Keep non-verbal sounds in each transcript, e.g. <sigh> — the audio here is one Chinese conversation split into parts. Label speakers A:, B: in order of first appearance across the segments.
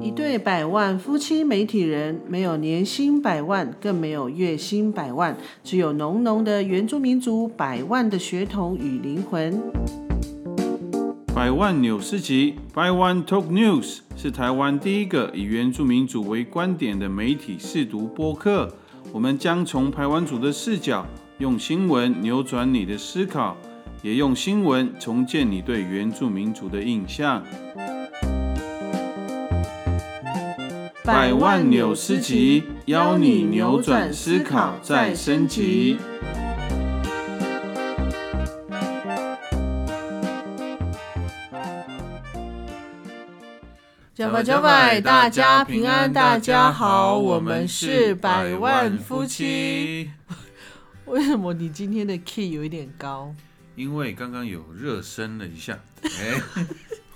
A: 一对百万夫妻媒体人，没有年薪百万，更没有月薪百万，只有浓浓的原住民族百万的血统与灵魂。
B: 百万纽斯集 （By One Talk News） 是台湾第一个以原住民族为观点的媒体试读播客。我们将从台湾族的视角，用新闻扭转你的思考，也用新闻重建你对原住民族的印象。百万纽斯集邀你扭转思考再升级。
A: 九百九百，大家平安，大家好，我们是百万夫妻。。为什么你今天的 key 有一点高？
B: 因为刚刚有热身了一
A: <laughs>
B: 下，哎，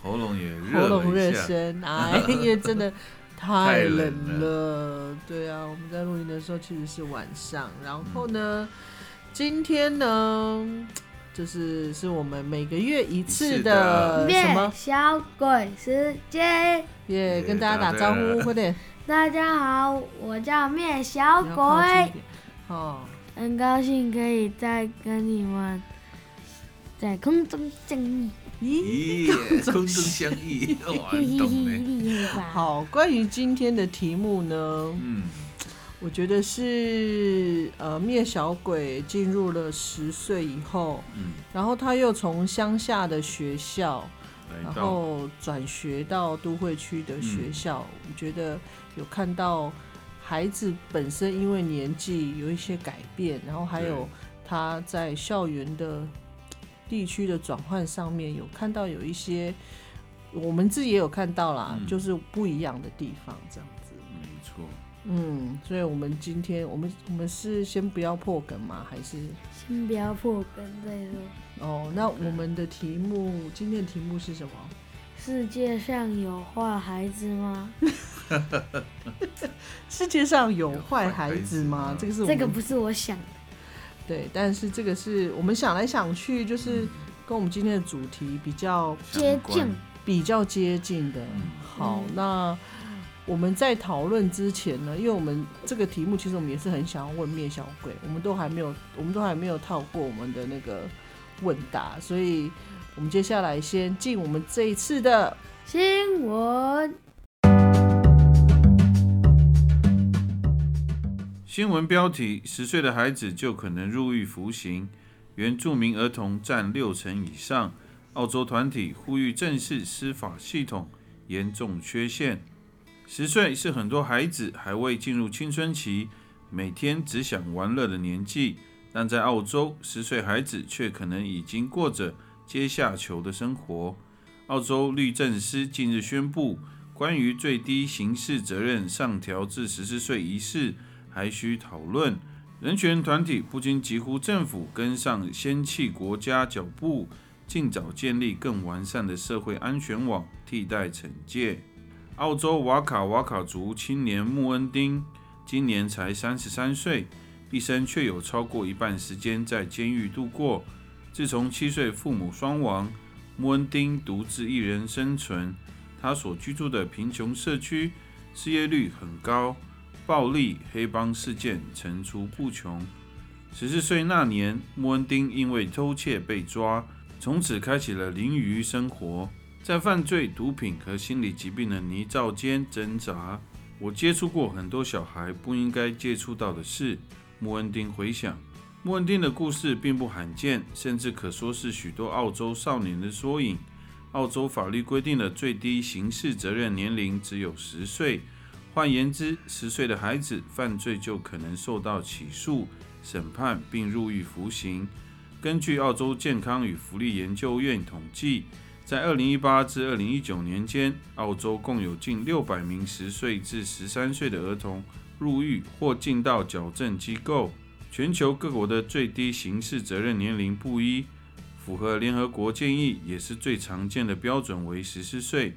B: 喉咙也
A: 喉
B: 热
A: 咙
B: 了
A: 热
B: 一下。
A: <laughs> 身，哎，因为真的太
B: 太
A: 冷
B: 冷
A: 了。对啊，我们在录音的时候其实是晚上，然后呢，今天呢，就是是我们每个月一次的
C: 变
A: 呃什么
C: 小鬼时间，
A: 耶
B: 耶
A: 跟大家打招
B: 大
A: 呼，
B: 家
A: 快点，
C: 大家好，我叫灭小
A: 你要靠近一
C: 鬼，
A: 点哦。
C: 很高兴可以再跟你们在空中见面。
A: 咦，<laughs>
B: 咦，空中相遇，哇，
C: 嘿
B: 你
C: 嘿
B: 懂
C: 嘿
B: 呢。
C: 嘿嘿吧
A: 好，关于今天的题目呢，
B: 嗯，
A: 我觉得是呃，灭小鬼进入了十岁以后，
B: 嗯
A: 然后他又从乡下的学校，
B: 来
A: 然
B: 到
A: 后转学到都会区的学校，我觉得有看到孩子本身因为年纪有一些改变，然后还有
B: 对
A: 他在校园的地区的转换上面有看到有一些，我们自己也有看到啦，
B: 嗯
A: 就是不一样的地方这样子。
B: 没错，
A: 嗯，所以我们今天我们我们是先不要破梗吗？还是
C: 先不要破梗再说。
A: 哦？那我们的题目今天的题目是什么？
C: 世界上有坏孩子吗？
A: 世界上有
B: 有
A: 坏
B: 坏
A: 孩
B: 孩
A: 子
B: 子
A: 吗
B: 吗？
A: 这个是我
C: 这
A: 们
C: 个不是我想的，
A: 对，但是这个是我们想来想
B: 嗯
A: 去，就是跟我们今天的主题比较
C: 接
B: 相关
C: 近。
A: 比较接近的。
B: 嗯
A: 好，
C: 嗯
A: 那我们在讨论之前呢，因为我们这个题目其实我们也是很想要问灭小鬼，我们都还没有，我们都还没有套过我们的那个问答，所以我们接下来先进我们这一次的
C: 新闻
B: 新闻标题：十岁的孩子就可能入狱服刑，原住民儿童占六成以上。澳洲团体呼吁正视司法系统严重缺陷。十岁是很多孩子还未进入青春期，每天只想玩乐的年纪，但在澳洲，十岁孩子却可能已经过着阶下囚的生活。澳洲律政司近日宣布，关于最低刑事责任上调至十四岁一事。还需讨论。人权团体不禁疾呼政府跟上先弃国家脚步，尽早建立更完善的社会安全网，替代惩戒。澳洲瓦卡瓦卡族青年穆恩丁今年才三十三岁，一生却有超过一半时间在监狱度过。自从七岁父母双亡，穆恩丁独自一人生存。他所居住的贫穷社区失业率很高，暴力黑帮事件层出不穷。十四岁那年，穆恩丁因为偷窃被抓，从此开启了淋雨生活，在犯罪、毒品和心理疾病的泥沼间挣扎。我接触过很多小孩不应该接触到的事。穆恩丁回想，穆恩丁的故事并不罕见，甚至可说是许多澳洲少年的缩影。澳洲法律规定的最低刑事责任年龄只有十岁，换言之，十岁的孩子犯罪就可能受到起诉、审判并入狱服刑。根据澳洲健康与福利研究院统计，在2018至2019年间，澳洲共有近600名10岁至13岁的儿童入狱或进到矫正机构。全球各国的最低刑事责任年龄不一，符合联合国建议，也是最常见的标准为14岁。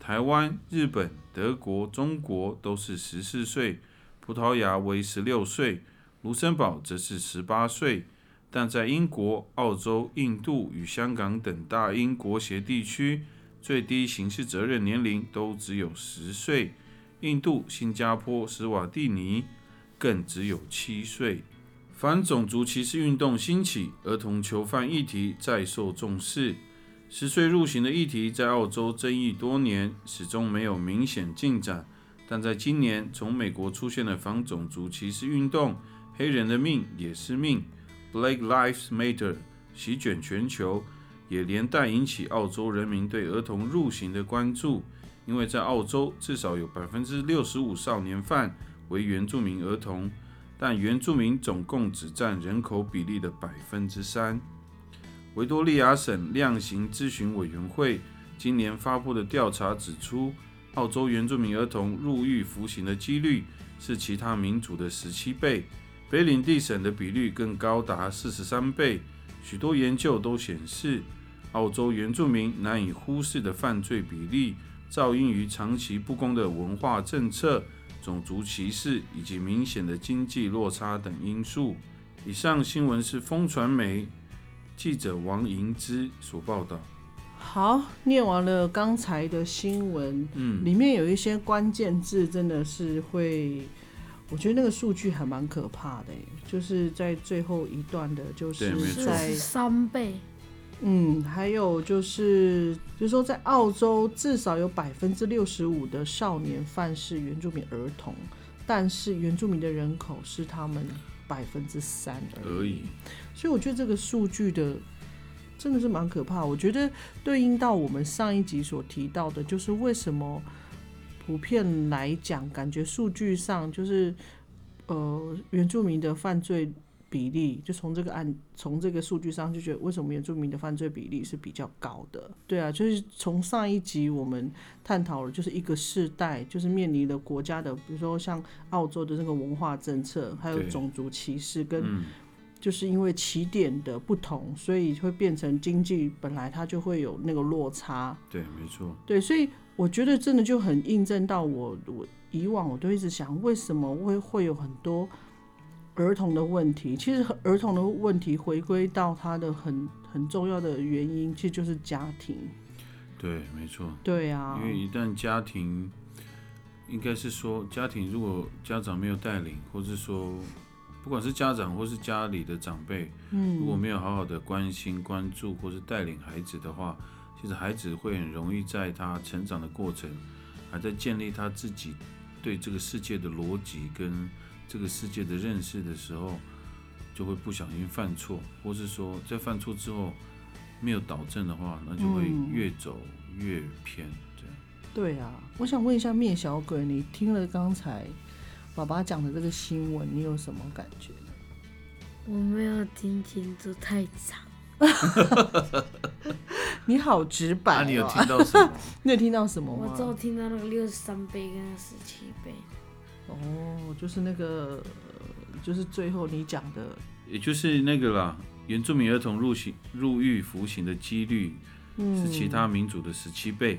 B: 台湾、日本、德国、中国都是十四岁，葡萄牙为十六岁，卢森堡则是十八岁。但在英国、澳洲、印度与香港等大英国协地区，最低刑事责任年龄都只有十岁，印度、新加坡、斯瓦蒂尼更只有七岁。反种族歧视运动兴起，儿童囚犯议题再受重视。十岁入刑的议题在澳洲争议多年，始终没有明显进展。但在今年，从美国出现了反种族歧视运动，黑人的命也是命 （Black Lives Matter） 席卷全球，也连带引起澳洲人民对儿童入刑的关注。因为在澳洲，至少有百分之六十五少年犯为原住民儿童，但原住民总共只占人口比例的百分之三。维多利亚省量刑咨询委员会今年发布的调查指出，澳洲原住民儿童入狱服刑的几率是其他民族的十七倍，北领地省的比率更高达四十三倍。许多研究都显示，澳洲原住民难以忽视的犯罪比例，噪因于长期不公的文化政策、种族歧视以及明显的经济落差等因素。以上新闻是风传媒记者王银之所报道。
A: 好，念完了刚才的新闻，
B: 嗯，
A: 里面有一些关键字真的是会，我觉得那个数据还蛮可怕的耶，欸就是在最后一段的，就
B: 对没
A: 是
B: 错
A: 在
C: 是三倍，
A: 嗯，还有就是，就是说在澳洲，至少有百分之六十五的少年犯是原住民儿童，但是原住民的人口是他们百分之三
B: 而已。
A: 所以我觉得这个数据的真的是蛮可怕。我觉得对应到我们上一集所提到的，就是为什么普遍来讲，感觉数据上就是呃原住民的犯罪比例，就从这个案从这个数据上就觉得为什么原住民的犯罪比例是比较高的？对啊，就是从上一集我们探讨了，就是一个世代就是面临了国家的，比如说像澳洲的那个文化政策，还有
B: 对
A: 种族歧视跟
B: 嗯，
A: 就是因为起点的不同，所以会变成经济本来它就会有那个落差。
B: 对，没错。
A: 对，所以我觉得真的就很印证到我我以往我都一直想，为什么会会有很多儿童的问题？其实儿童的问题回归到它的很很重要的原因，其实就是家庭。
B: 对，没错。
A: 对啊
B: 因，为一旦家庭，应该是说家庭如果家长没有带领，或是说不管是家长或是家里的长辈，如果
A: 嗯，
B: 没有好好的关心、关注或是带领孩子的话，其实孩子会很容易在他成长的过程，还在建立他自己对这个世界的逻辑跟这个世界的认识的时候，就会不小心犯错，或是说在犯错之后没有导正的话，那就会
A: 嗯
B: 越走越偏。对。
A: 对啊。我想问一下面小鬼，你听了刚才爸爸讲的这个新闻，你有什么感觉？
C: 我没有听清楚，太长。
A: 你好直白、哦，
B: 啊那你
A: <laughs>
B: 有听到什么？
A: 你有听到什么
C: 我
A: 吗？
C: 只有听到那个六十三倍跟十七倍，
A: 哦，就是那个，呃就是最后你讲的，
B: 也就是那个啦，原住民儿童入刑入狱服刑的几率
A: 嗯，
B: 是其他民族的十七倍，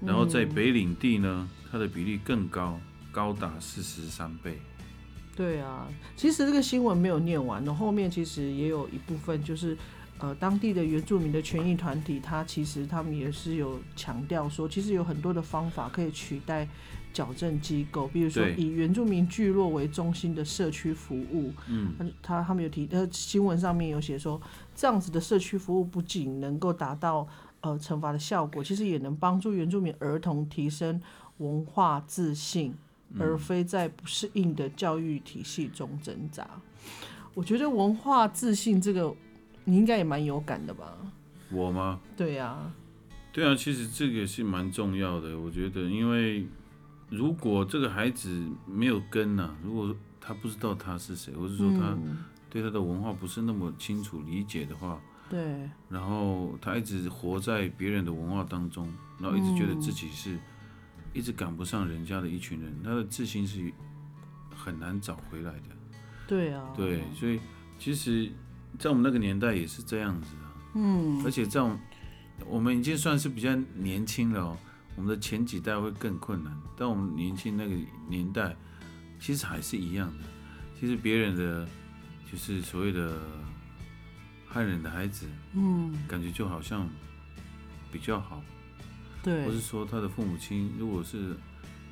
B: 然后在北领地呢，它的比例更高，高达四十三倍。
A: 对啊，其实这个新闻没有念完，然后后面其实也有一部分就是，呃，当地的原住民的权益团体，他其实他们也是有强调说，其实有很多的方法可以取代矫正机构，比如说
B: 对
A: 以原住民聚落为中心的社区服务，
B: 嗯，
A: 他他他们有提，呃，新闻上面有写说，这样子的社区服务不仅能够达到呃惩罚的效果，其实也能帮助原住民儿童提升文化自信，而
B: 嗯
A: 非在不适应的教育体系中挣扎。我觉得文化自信这个，你应该也蛮有感的吧？
B: 我吗？
A: 对呀、
B: 对啊，其实这个是蛮重要的，我觉得，因为如果这个孩子没有根呐、如果他不知道他是谁，或是说他
A: 嗯，
B: 对他的文化不是那么清楚理解的话，
A: 对，
B: 然后他一直活在别人的文化当中，然后一直觉得自己是，一直赶不上人家的一群人，他的自信是很难找回来的。
A: 对啊，
B: 对，所以其实，在我们那个年代也是这样子啊，
A: 嗯，
B: 而且在我们我们已经算是比较年轻了、哦，我们的前几代会更困难，但我们年轻那个年代，其实还是一样的。其实别人的就是所谓的汉人的孩子，
A: 嗯，
B: 感觉就好像比较好，
A: 对
B: 或是说他的父母亲如果是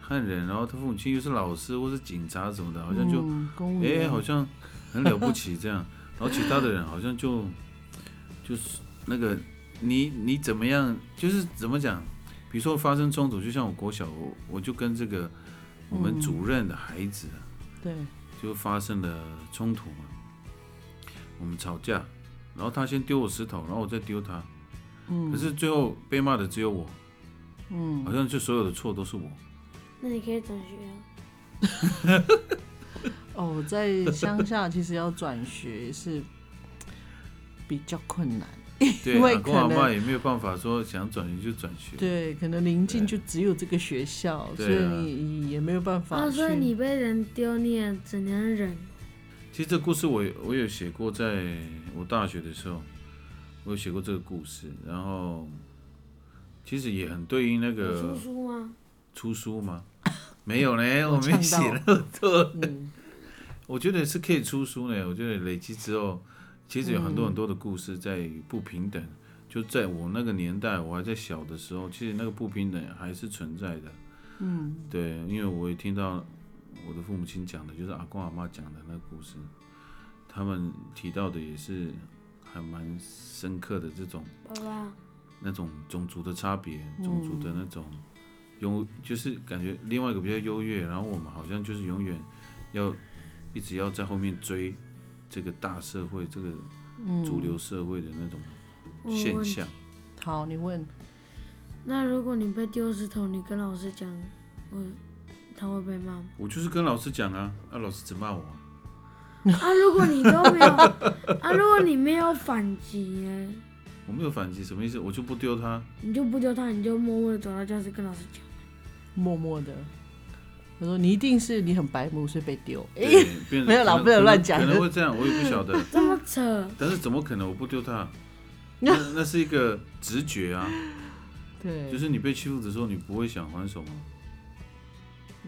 B: 汉人，然后他父母亲又是老师或是警察什么的，好像就
A: 嗯、公务
B: 哎、
A: 员
B: 好像很了不起这样。
A: <laughs>
B: 然后其他的人好像就就是那个你你怎么样，就是怎么讲，比如说发生冲突，就像我国小，我我就跟这个我们
A: 嗯
B: 主任的孩子啊
A: 对，
B: 就发生了冲突嘛，我们吵架，然后他先丢我石头，然后我再丢他，
A: 嗯，
B: 可是最后被骂的只有我，好
A: 嗯，
B: 像就所有的错都
A: <laughs>
B: 是我。
C: 那你可以转学啊。
A: 哦，在乡下其实要转学是比较困难，
B: 对，
A: 因为
B: 阿公阿
A: 可能
B: 妈也没有办法说想转学就转学。
A: 对，可能临近
B: 对
A: 就只有这个学校，所
B: 对
A: 以
B: 啊
A: 你也没有办法
C: 哦，
A: 去。
C: 所以你被人丢，你也只能忍。
B: 其实这故事我有我有写过，在我大学的时候，我有写过这个故事，然后其实也很对应那
C: 有
B: 个
C: 出书吗？
B: 出书吗？ <laughs> 没有呢，
A: 我
B: 我没
A: 呛
B: 写
A: 到
B: 那么多。
A: 嗯，
B: <laughs> 我觉得是可以出书呢。我觉得累积之后，其实有很多很多的故事在不平等。就在我那个年代，我还在小的时候，其实那个不平等还是存在的。
A: 嗯，
B: 对，因为我也听到我的父母亲讲的，就是阿公阿妈讲的那个故事，他们提到的也是还蛮深刻的这种
C: 爸爸，
B: 那种种族的差别，种族的那种优，就是感觉另外一个比较优越，然后我们好像就是永远要一直要在后面追这个大社会、这个
A: 嗯
B: 主流社会的那种
C: 我有
B: 现
C: 问题
B: 象。
A: 好，你问，
C: 那如果你被丢石头，你跟老师讲，我他会被骂
A: <laughs>
C: 吗？
B: 我就是跟老师讲啊，啊，老师只骂我啊、
C: 啊，如果你都没有，啊，如果你没有反击呢，
B: 我没有反击，什么意思？我就不丢他。
C: 你就不丢他，你就默默的走到教室跟老师讲。
A: 默默的，我说你一定是你很白目，所以被丢。
B: 对，变成
A: 没有啦
B: 可能
A: 不能乱讲
B: 可能会这样，我也不晓得。 <laughs>
C: 这么
A: 嗯
C: 扯，
B: 但是怎么可能我不丢他？那那是一个直觉 <laughs> 啊，
A: 对，
B: 就是你被欺负的时候，你不会想还手吗？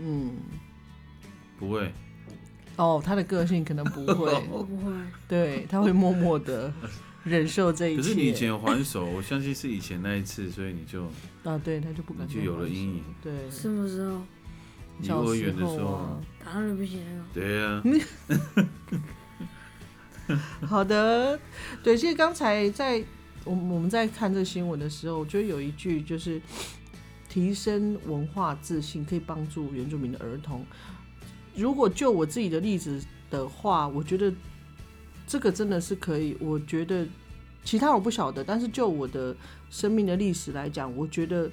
A: 嗯，
B: 不会。
A: 哦，他的个性可能不
B: <laughs>
A: 会，
C: 我不会。
A: 对，他会默默的忍受这一切。
B: 可是你以前有还手， <laughs> 我相信是以前那一次，所以你就
A: 啊，对，他就不敢，
B: 你就有了阴影。
A: 对，
C: 什么时候
B: 你幼
A: 小
B: 儿
A: 时
B: 园的时
A: 候
B: 候
A: 啊
B: 啊，。
C: 打到你不行了？
B: 对啊，
A: <laughs> 好的，对，其实刚才在我们我们在看这新闻的时候，我觉得有一句就是提升文化自信，可以帮助原住民的儿童。如果就我自己的例子的话，我觉得这个真的是可以。我觉得其他我不晓得，但是就我的生命的历史来讲，我觉得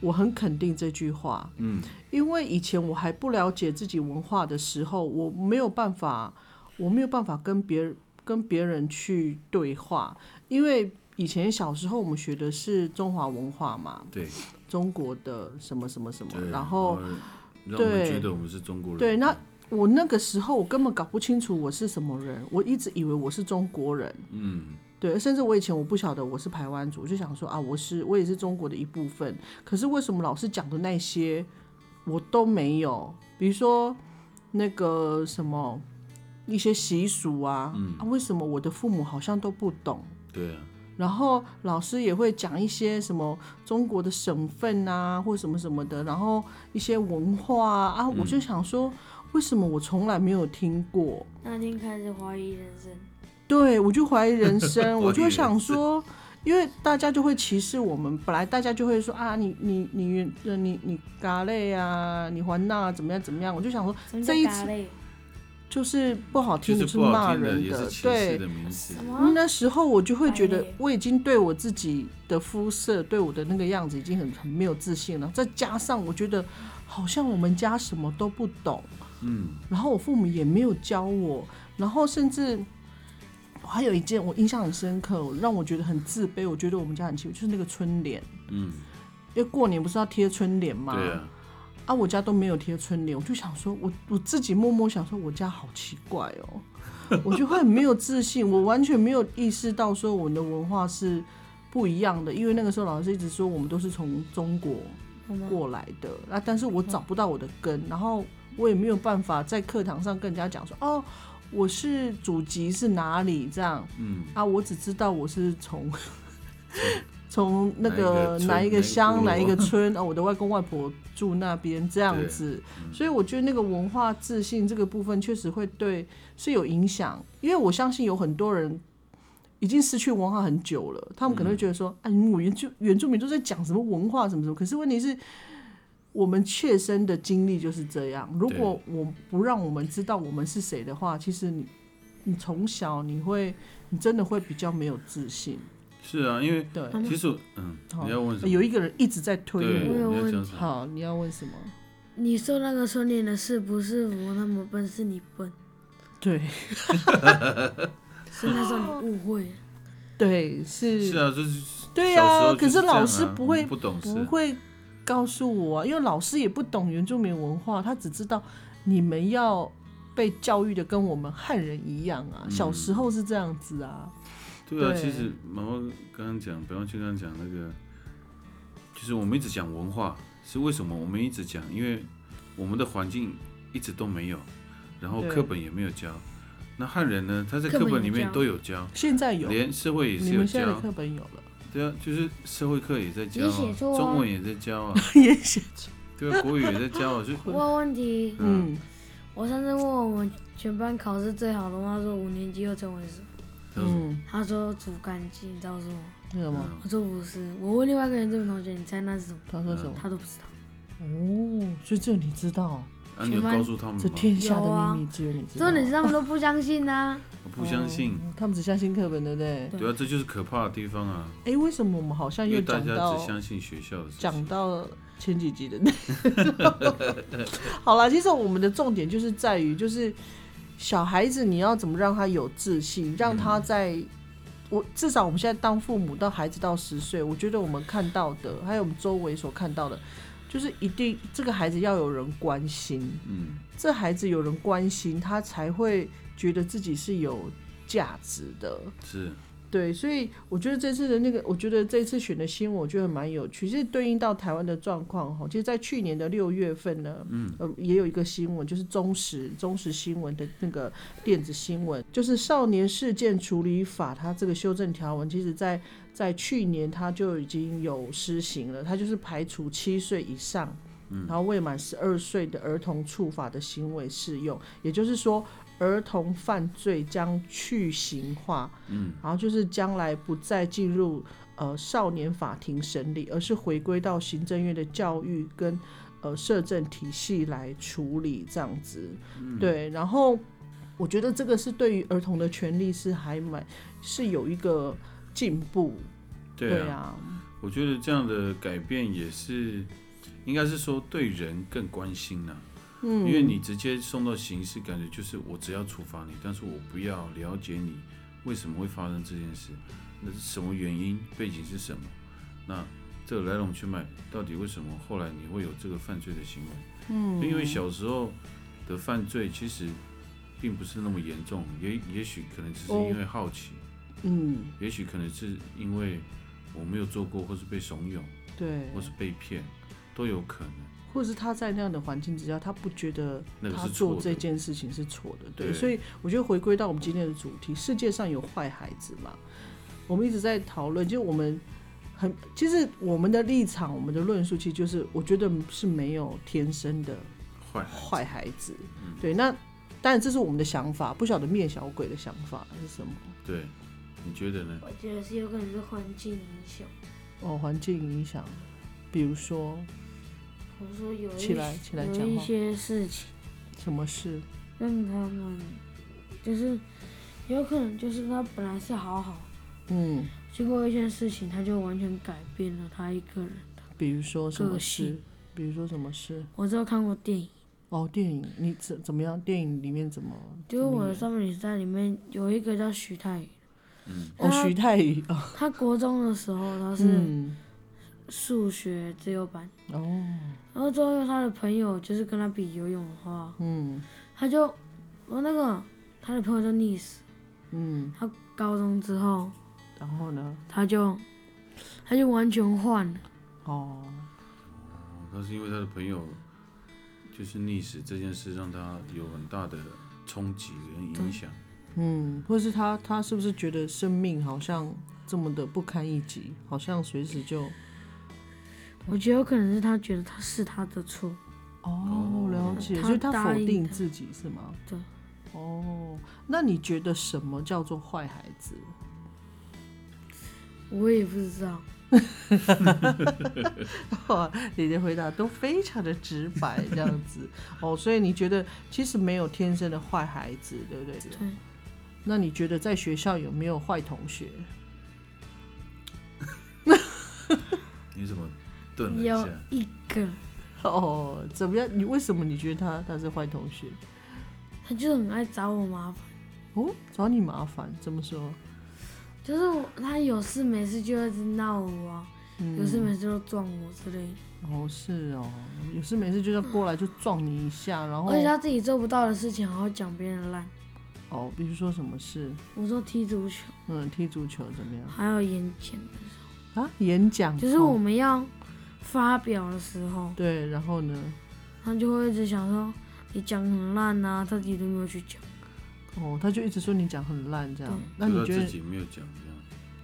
A: 我很肯定这句话。
B: 嗯，
A: 因为以前我还不了解自己文化的时候，我没有办法，我没有办法跟别人跟别人去对话，因为以前小时候我们学的是中华文化嘛，
B: 对。
A: 中国的什么什么什么
B: 对，
A: 嗯然后
B: 让我们
A: 对
B: 觉得我们是中国人。
A: 对那我那个时候我根本搞不清楚我是什么人，我一直以为我是中国人，
B: 嗯，
A: 对，甚至我以前我不晓得我是台湾族，我就想说啊，我是我也是中国的一部分。可是为什么老师讲的那些我都没有？比如说那个什么一些习俗啊，
B: 嗯
A: 啊，为什么我的父母好像都不懂？
B: 对啊，
A: 然后老师也会讲一些什么中国的省份啊，或什么什么的，然后一些文化啊，
B: 嗯
A: 啊我就想说，为什么我从来没有听过？
C: 那天开始怀疑人生。
A: 对，我就怀疑人
B: <laughs>
A: 生，我就会
B: 怀疑人
A: 想
B: 生
A: 说，因为大家就会歧视我们，本来大家就会说啊，你你你呃你你嘎类啊，你还那、怎么样怎么样，我就想说，
C: 什么叫
A: 这一
C: 打
A: 次
C: 擂
A: 就是不好听
B: 就
A: 的，
B: 是
A: 就是
B: 不好
A: 骂
B: 听的，
A: 人
B: 也是歧视
A: 对。
B: 的名词
C: 什。么？
A: 嗯那时候我就会觉
C: 打
A: 得
C: 擂，
A: 我已经对我自己的肤色、对我的那个样子已经很很没有自信了，再加上我觉得好像我们家什么都不懂，
B: 嗯，
A: 然后我父母也没有教我，然后甚至我还有一件我印象很深刻，让我觉得很自卑，我觉得我们家很奇怪，就是那个春联，
B: 嗯，
A: 因为过年不是要贴春联吗？
B: 对啊，
A: 啊，我家都没有贴春联，我就想说，我我自己默默想说，我家好奇怪哦， <laughs> 我就会很没有自信，我完全没有意识到说我们的文化是不一样的，因为那个时候老师一直说我们都是从中国
C: 我们
A: 过来的，那、但是我找不到我的根，然后我也没有办法在课堂上跟人家讲说，哦，我是祖籍是哪里这样
B: 嗯，
A: 啊，我只知道我是从 <laughs> 从那个
B: 哪
A: 哪
B: 一
A: 一
B: 个
A: 个
B: 村
A: 乡
B: 哪
A: 哪
B: 一
A: 一
B: 个
A: 个村
B: <laughs>
A: 啊、哦，我的外公外婆住那边这样
B: 对嗯
A: 子，所以我觉得那个文化自信这个部分确实会对是有影响，因为我相信有很多人已经失去文化很久了，他们可能会觉得说，
B: 嗯
A: 哎，你们原住原住民都在讲什么文化什么什么，可是问题是。我们切身的经历就是这样。如果我不让我们知道我们是谁的话，其实你，你从小你会，你真的会比较没有自信。
B: 是啊，因为
A: 对，
B: 其实我嗯，
A: 好
B: 你要问什么？
A: 有一个人一直在
B: 对，
A: 推
C: 我
A: 我。
C: 有
B: 你要讲
C: 问
B: 什么？
A: 好，你要问什么？
C: 你受那个训练的是不是我那么笨，是你笨，
A: 对
C: 是那时候你误会了。
A: 对是，
B: 是啊，就是
A: 对
B: 小时
A: 啊
B: 候就
A: 可是
B: 是这样
A: 老师
B: 啊
A: 不会
B: 不懂事
A: 不，会告诉我、啊，因为老师也不懂原住民文化，他只知道你们要被教育的跟我们汉人一样啊，
B: 嗯
A: 小时候是这样子啊，
B: 对啊，
A: 对
B: 其实毛毛刚刚讲，不要去刚刚讲那个，就是我们一直讲文化，是为什么我们一直讲？因为我们的环境一直都没有，然后
A: 对
B: 课本也没有教。那汉人呢，他在
C: 课
B: 课
C: 本
B: 本里
C: 有
B: 面
C: 教
B: 都有教，
A: 现在有，
B: 连社会也是
A: 你
B: 有
A: 们现在的
B: 教，
A: 课本有了，
B: 对啊，就是社会课也在教、
C: 也写
B: 啊，
C: 作啊
B: 中文也在教
A: <laughs>
B: 啊，
A: 也写出
B: 对啊，国语也在教啊，就
C: 问问题，
B: 嗯
A: 嗯
C: 我上次问我们全班考试最好的，他说五年级又成为什么？
A: 嗯，
C: 他说煮干鸡，你知道是什么？
A: 那什么？
C: 我说不是。我问另外一个人这个同学，你猜那是什
B: 嗯
C: 么？
A: 他说什么？
C: 他都不 <laughs> 知道。
A: 哦，所以只有你知道，
B: 啊，你有告诉他们
A: 这
B: 吗？
A: 天下
C: 有啊
A: 的秘密只有你知道。
C: 重点是他们都不相信啊呐、
B: 我不相信，
A: 哦他们只相信课本，对不对？
C: 对
B: 对啊，这就是可怕的地方啊，
A: 哎、为什么我们好像
B: 因
A: 又
B: 为大
A: 讲
B: 家
A: 到
B: 只相信学校的事
A: 讲
B: 情。
A: 到前几集的那 <laughs> 个？好了，其实我们的重点就是在于，就是小孩子你要怎么让他有自信，让他在、我至少我们现在当父母到孩子到十岁，我觉得我们看到的，还有我们周围所看到的，就是一定这个孩子要有人关心，
B: 嗯，
A: 这孩子有人关心，他才会觉得自己是有价值的。
B: 是，
A: 对，所以我觉得这次的那个，我觉得这次选的新闻，我觉得蛮有趣。其实对应到台湾的状况哈，其实，在去年的六月份呢，嗯，呃，也有一个新闻，就是中时中时新闻的那个电子新闻，就是《少年事件处理法》它这个修正条文，其实在在去年它就已经有施行了，它就是排除七岁以上。然后未满十二岁的儿童触法的行为适用，也就是说，儿童犯罪将去刑化，嗯，然后就是将来不再进入呃少年法庭审理，而是回归到行政院的教育跟呃社政体系来处理这样子，
B: 嗯
A: 对，然后我觉得这个是对于儿童的权利是还蛮是有一个进步，
B: 对啊。
A: 啊，
B: 我觉得这样的改变也是，应该是说对人更关心呐、
A: 嗯，
B: 因为你直接送到刑事，感觉就是我只要处罚你，但是我不要了解你为什么会发生这件事，那是什么原因，背景是什么，那这个来龙去脉到底为什么后来你会有这个犯罪的行为？嗯，因为小时候的犯罪其实并不是那么严重，也也许可能只是因为好奇，
A: 嗯，
B: 也许可能是因为我没有做过，或是被怂恿。
A: 对，
B: 或是被骗，都有可能。
A: 或者是他在那样的环境之下，他不觉得
B: 那个
A: 他
B: 是错
A: 做
B: 的
A: 这件事情是错的，对，
B: 对
A: 所以我觉得回归到我们今天的主题，世界上有坏孩子嘛？我们一直在讨论，就我们很，其实我们的立场，我们的论述，其实就是我觉得是没有天生的
B: 坏孩子
A: 坏孩子，
B: 嗯
A: 对，那当然这是我们的想法，不晓得面小鬼的想法是什么。
B: 对，你觉得呢？
C: 我觉得是有可能是环境啊影响。
A: 哦，环境影响，比如说
C: 我说有一
A: 起来起来讲话
C: 有一些事情
A: 什么事？
C: 让他们就是有可能就是他本来是好好，
A: 嗯，
C: 经过一件事情他就完全改变了他一个人。
A: 比如说什么
C: 个
A: 事
C: 性？
A: 比如说什么事？
C: 我只有看过电影，
A: 哦，电影你怎怎么样？电影里面怎么？
C: 就是我的
A: 怎
C: 少女时代里面有一个叫徐太宇，
A: 么样哦，
C: 他
A: 徐太 <laughs> 宇哦，
C: 他国中的时候他是
A: 嗯，
C: 数学自由班，
A: 哦，
C: 然后最后他的朋友就是跟他比游泳的话，
A: 嗯
C: 他就我那个他的朋友就溺死。
A: 嗯，
C: 他高中之后
A: 然后呢？
C: 他就他就完全换了，
A: 哦，
B: 那是因为他的朋友就是溺死这件事，让他有很大的冲击跟影响。
A: 嗯，或是他他是不是觉得生命好像这么的不堪一击，好像随时就
C: 我觉得有可能是他觉得他是他的错，
A: 哦，了解，
C: 他
A: 所以他
C: 答
A: 否
C: 应
A: 定
C: 他
A: 自己是吗？
C: 对。
A: 哦，那你觉得什么叫做坏孩子？ <laughs>
C: 我也不知道。
A: 哇，你的回答都非常的直白，这样 <laughs> 子哦，所以你觉得其实没有天生的坏孩子，对不对？
C: 对，
A: 那你觉得在学校有没有坏同学？
B: 你怎么顿了一
C: 有
B: 下？
C: 一个，
A: 哦，怎么样？你为什么你觉得他他是坏同学？
C: 他就很爱找我麻烦，
A: 哦，找你麻烦，怎么说？
C: 就是我他有事没事就会一直闹我啊，
A: 嗯
C: 有事没事就撞我之类的，
A: 哦，是哦，有事没事就要过来就撞你一下，然后
C: 而且他自己做不到的事情还会讲别人烂。
A: 哦，比如说什么事？
C: 我说踢足球，
A: 嗯，踢足球怎么样
C: 还有演讲，
A: 啊？演讲
C: 就是
A: 哦
C: 我们要发表的时候，
A: 对，然后呢？
C: 他就会一直想说你讲很烂啊，他自己都没有去讲。
A: 哦，他就一直说你讲很烂这样
C: 对，
A: 那
B: 就
A: 你
B: 他
A: 觉
B: 自
A: 得
B: 己没有讲这样，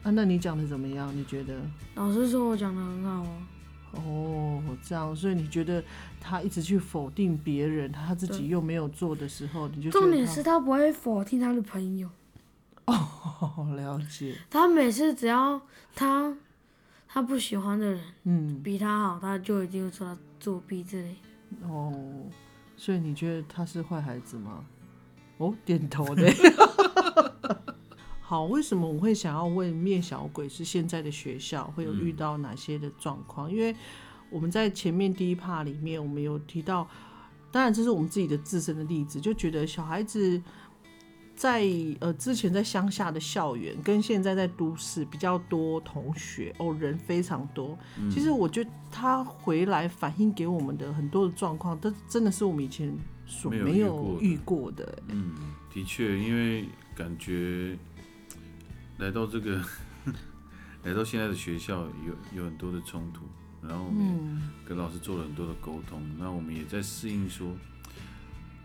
A: 啊？那你讲的怎么样？你觉得？
C: 老师说我讲的很好啊，
A: 哦，这样，所以你觉得他一直去否定别人，他自己
C: 对
A: 又没有做的时候，你就觉得
C: 重点
A: 他
C: 是他不会否定他的朋友，
A: 哦，了解，
C: 他每次只要他他不喜欢的人
A: 嗯，
C: 比他好，他就一定会说他作弊之类。
A: 哦，所以你觉得他是坏孩子吗？哦，点头的。好，为什么我会想要问灭小鬼是现在的学校会有
B: 嗯
A: 遇到哪些的状况？因为我们在前面第一趴里面，我们有提到，当然这是我们自己的自身的例子，就觉得小孩子在呃之前在乡下的校园跟现在在都市比较多同学哦，人非常多。
B: 嗯
A: 其实我觉得他回来反映给我们的很多的状况，都真的是我们以前所
B: 没有
A: 没
B: 遇
A: 有
B: 过的
A: 遇过的、欸
B: 嗯，的确，因为感觉来到这个，来到现在的学校有有很多的冲突，然后我们也
A: 嗯，
B: 跟老师做了很多的沟通，那我们也在适应说，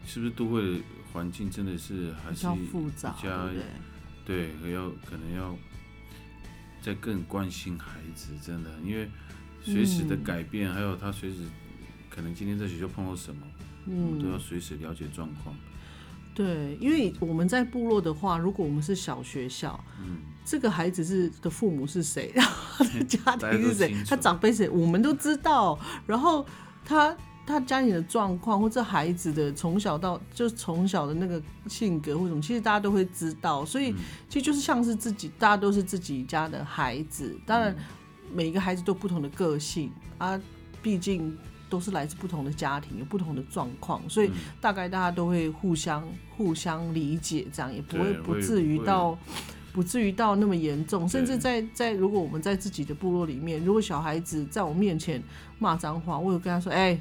B: 是不是都会的环境真的是还
A: 比
B: 是
A: 较复杂，
B: 比
A: 对
B: 较
A: 不对？
B: 对，要可能要再更关心孩子，真的，因为随时的
A: 嗯
B: 改变，还有他随时可能今天在学校碰到什么，我们都要
A: 嗯，
B: 随时了解状况。
A: 对，因为我们在部落的话，如果我们是小学校，
B: 嗯，
A: 这个孩子是的父母是谁，然后他的家庭是
B: 大家都
A: 谁
B: 清，楚
A: 他长辈是谁，我们都知道。然后他他家里的状况，或者孩子的从小到就从小的那个性格或什么，其实大家都会知道。所
B: 嗯
A: 以其实就是像是自己，大家都是自己家的孩子。当然，每一个孩子都有不同的个性啊，毕竟都是来自不同的家庭，有不同的状况，所
B: 嗯
A: 以大概大家都会互相互相理解，这样也不会
B: 对
A: 不
B: 会
A: 至于
B: 会
A: 到。不至于到那么严重，甚至
B: 对
A: 在在如果我们在自己的部落里面，如果小孩子在我面前骂脏话，我有跟他说：“哎、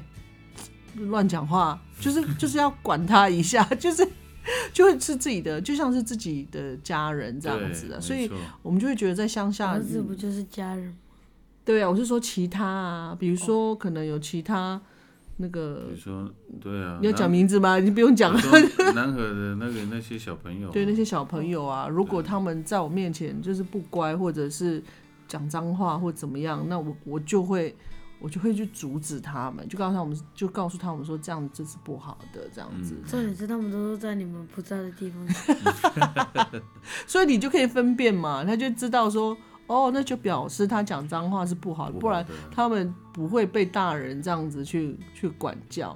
A: 乱讲话，就是
B: <laughs>
A: 就是要管他一下， <laughs> 就是就会是自己的，就像是自己的家人这样子
B: 对
A: 的，
B: 没
A: 所以
B: 错
A: 我们就会觉得在乡下，
C: 儿子
A: 嗯
C: 不就是家人吗？
A: 对啊，我是说其他啊，比如
C: 哦
A: 说可能有其他那个
B: 比，如说，啊对啊，
A: 你要讲
B: 南
A: 名字吗？你不用讲
B: 比，如 <laughs> 说南河的那个那些小朋
A: <laughs>
B: 友，
A: 对那些小朋友
B: 哦
A: 啊，如果他们在我面前就是不乖，或者是讲脏话或怎么样，那我我就会我就会去阻止他们，就告诉他们，就告诉他们说这样这是不好的，这样子。
B: 嗯
C: 重点是他们都是在你们不在的地
A: <laughs>
C: 方。
A: 所以你就可以分辨嘛，他就知道说，哦，那就表示他讲脏话是不好，不然
B: 不好的
A: 他们不会被大人这样子去去管教。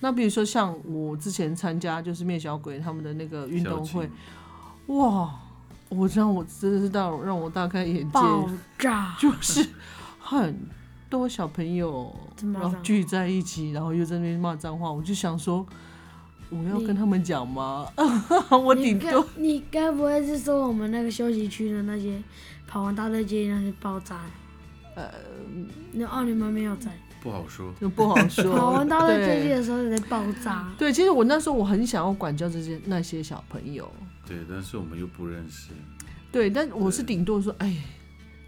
A: 那比如说像我之前参加就是灭小鬼他们的那个运动会，，哇，我让我真的是到让我大开眼界，
C: 爆炸！
A: 就是很多小朋友
C: 真骂
A: 然后
C: 脏
A: 聚在一起，然后又在那边骂脏话，我就想说，我要
C: 你
A: 跟他们讲吗？ <laughs> 我
C: 你
A: 顶
C: 该
A: 多
C: 你该不会是说我们那个休息区的那些跑完大队接力那些爆炸？呃，那哦，你们没有在
B: 不好说。
A: 就不好说。
C: 跑完大队
A: 对
C: 接力的时候也在爆炸。
A: 对，其实我那时候我很想要管教这些那些小朋友，
B: 对，但是我们又不认识，
A: 对，但我是顶多说，哎，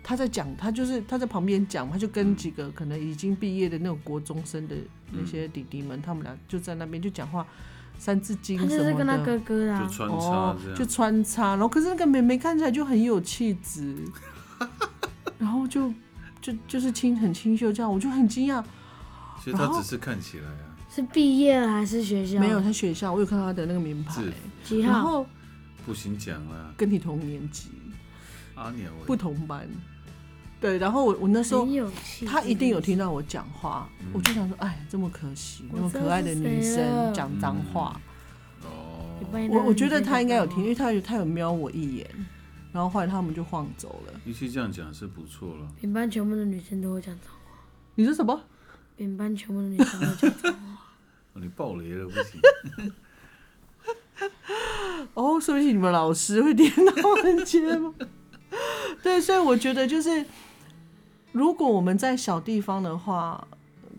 A: 他在讲，他就是他在旁边讲，他就跟几个可能已经毕业的那种国中生的
B: 嗯
A: 那些弟弟们，他们俩就在那边就讲话，三字经
C: 他就
A: 什
C: 是
A: 么
C: 跟他
A: 的。
C: 哥哥啦、啊
B: 就穿插
A: 哦
B: 这，
A: 就
B: 样， <laughs>
A: 穿插，然后可是那个妹妹看起来就很有气质，然后就就就是清很清秀这样，我就很惊讶，
B: 其实他
A: 然后
B: 只是看起来啊，
C: 是毕业了还是学校？
A: 没有，他学校，我有看到他的那个名牌
B: 制，
C: 几
A: 然
C: 号？
A: 后
B: 不行讲啦，
A: 跟你同年级，
B: 阿鸟欸
A: 不同班，对，然后我我那时候
C: 很有气质
A: 他一定有听到我讲话，
B: 嗯
A: 我就想说，哎，这么可惜，
C: 我
A: 那么可爱的女
C: 知道是啊谁
A: 生
C: 了
A: 讲脏话，
C: 你
B: 哦，
C: 帮你
A: 我
C: 让
A: 我哎觉得
C: 你
A: 他应该有
C: 讲
A: 听，因为他有他有瞄我一眼，然后后来他们就晃走了。
B: 与其这样讲是不错了。
C: 我们班全部的女生都会讲脏话，
A: 你说什么？
C: 我们班全部的女生都会讲脏话。
B: 哦你爆雷了不行，
A: 哦，说不定你们老师会点到我们节目。 <laughs> 对，所以我觉得就是，如果我们在小地方的话，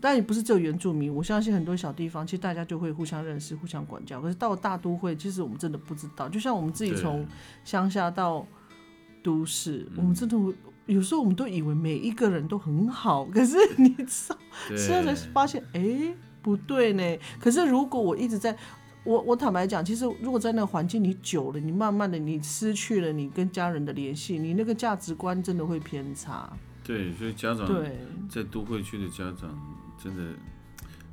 A: 但也不是只有原住民，我相信很多小地方其实大家就会互相认识、互相管教。可是到了大都会，其实我们真的不知道，就像我们 <laughs> 自己
B: 对
A: 从乡下到都市，我们
B: 嗯
A: 真的会有时候我们都以为每一个人都很好，可是你知道。
B: 对
A: 吃了才发现，哎、不对呢。可是如果我一直在，我我坦白讲，其实如果在那个环境你久了，你慢慢的你失去了你跟家人的联系，你那个价值观真的会偏差。
B: 对，所以家长
A: 对，
B: 在都会区的家长真的，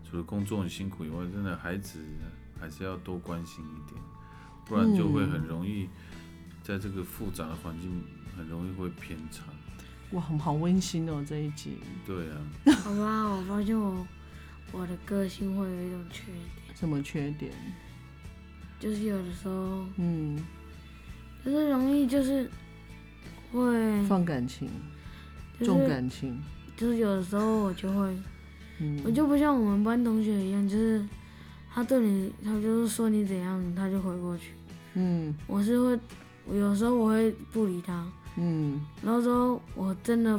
B: 除了工作很辛苦以外，真的孩子还是要多关心一点，不然就会很容易在这个复杂的环境，很容易会偏差。
A: 哇，很好温馨哦这一集。
B: 对啊，
A: <laughs>
C: 好吧，我发现我我的个性会有一种缺点，
A: 什么缺点？
C: 就是有的时候
A: 嗯，
C: 就是容易就是会
A: 放感情，
C: 就
A: 重
C: 是
A: 感情。
C: 就是有的时候我就会，我
A: 嗯，
C: 就不像我们班同学一样，就是他对你他就是说你怎样他就回过去，
A: 嗯
C: 我是会我有时候我会不理他，
A: 嗯，
C: 然后之后我真的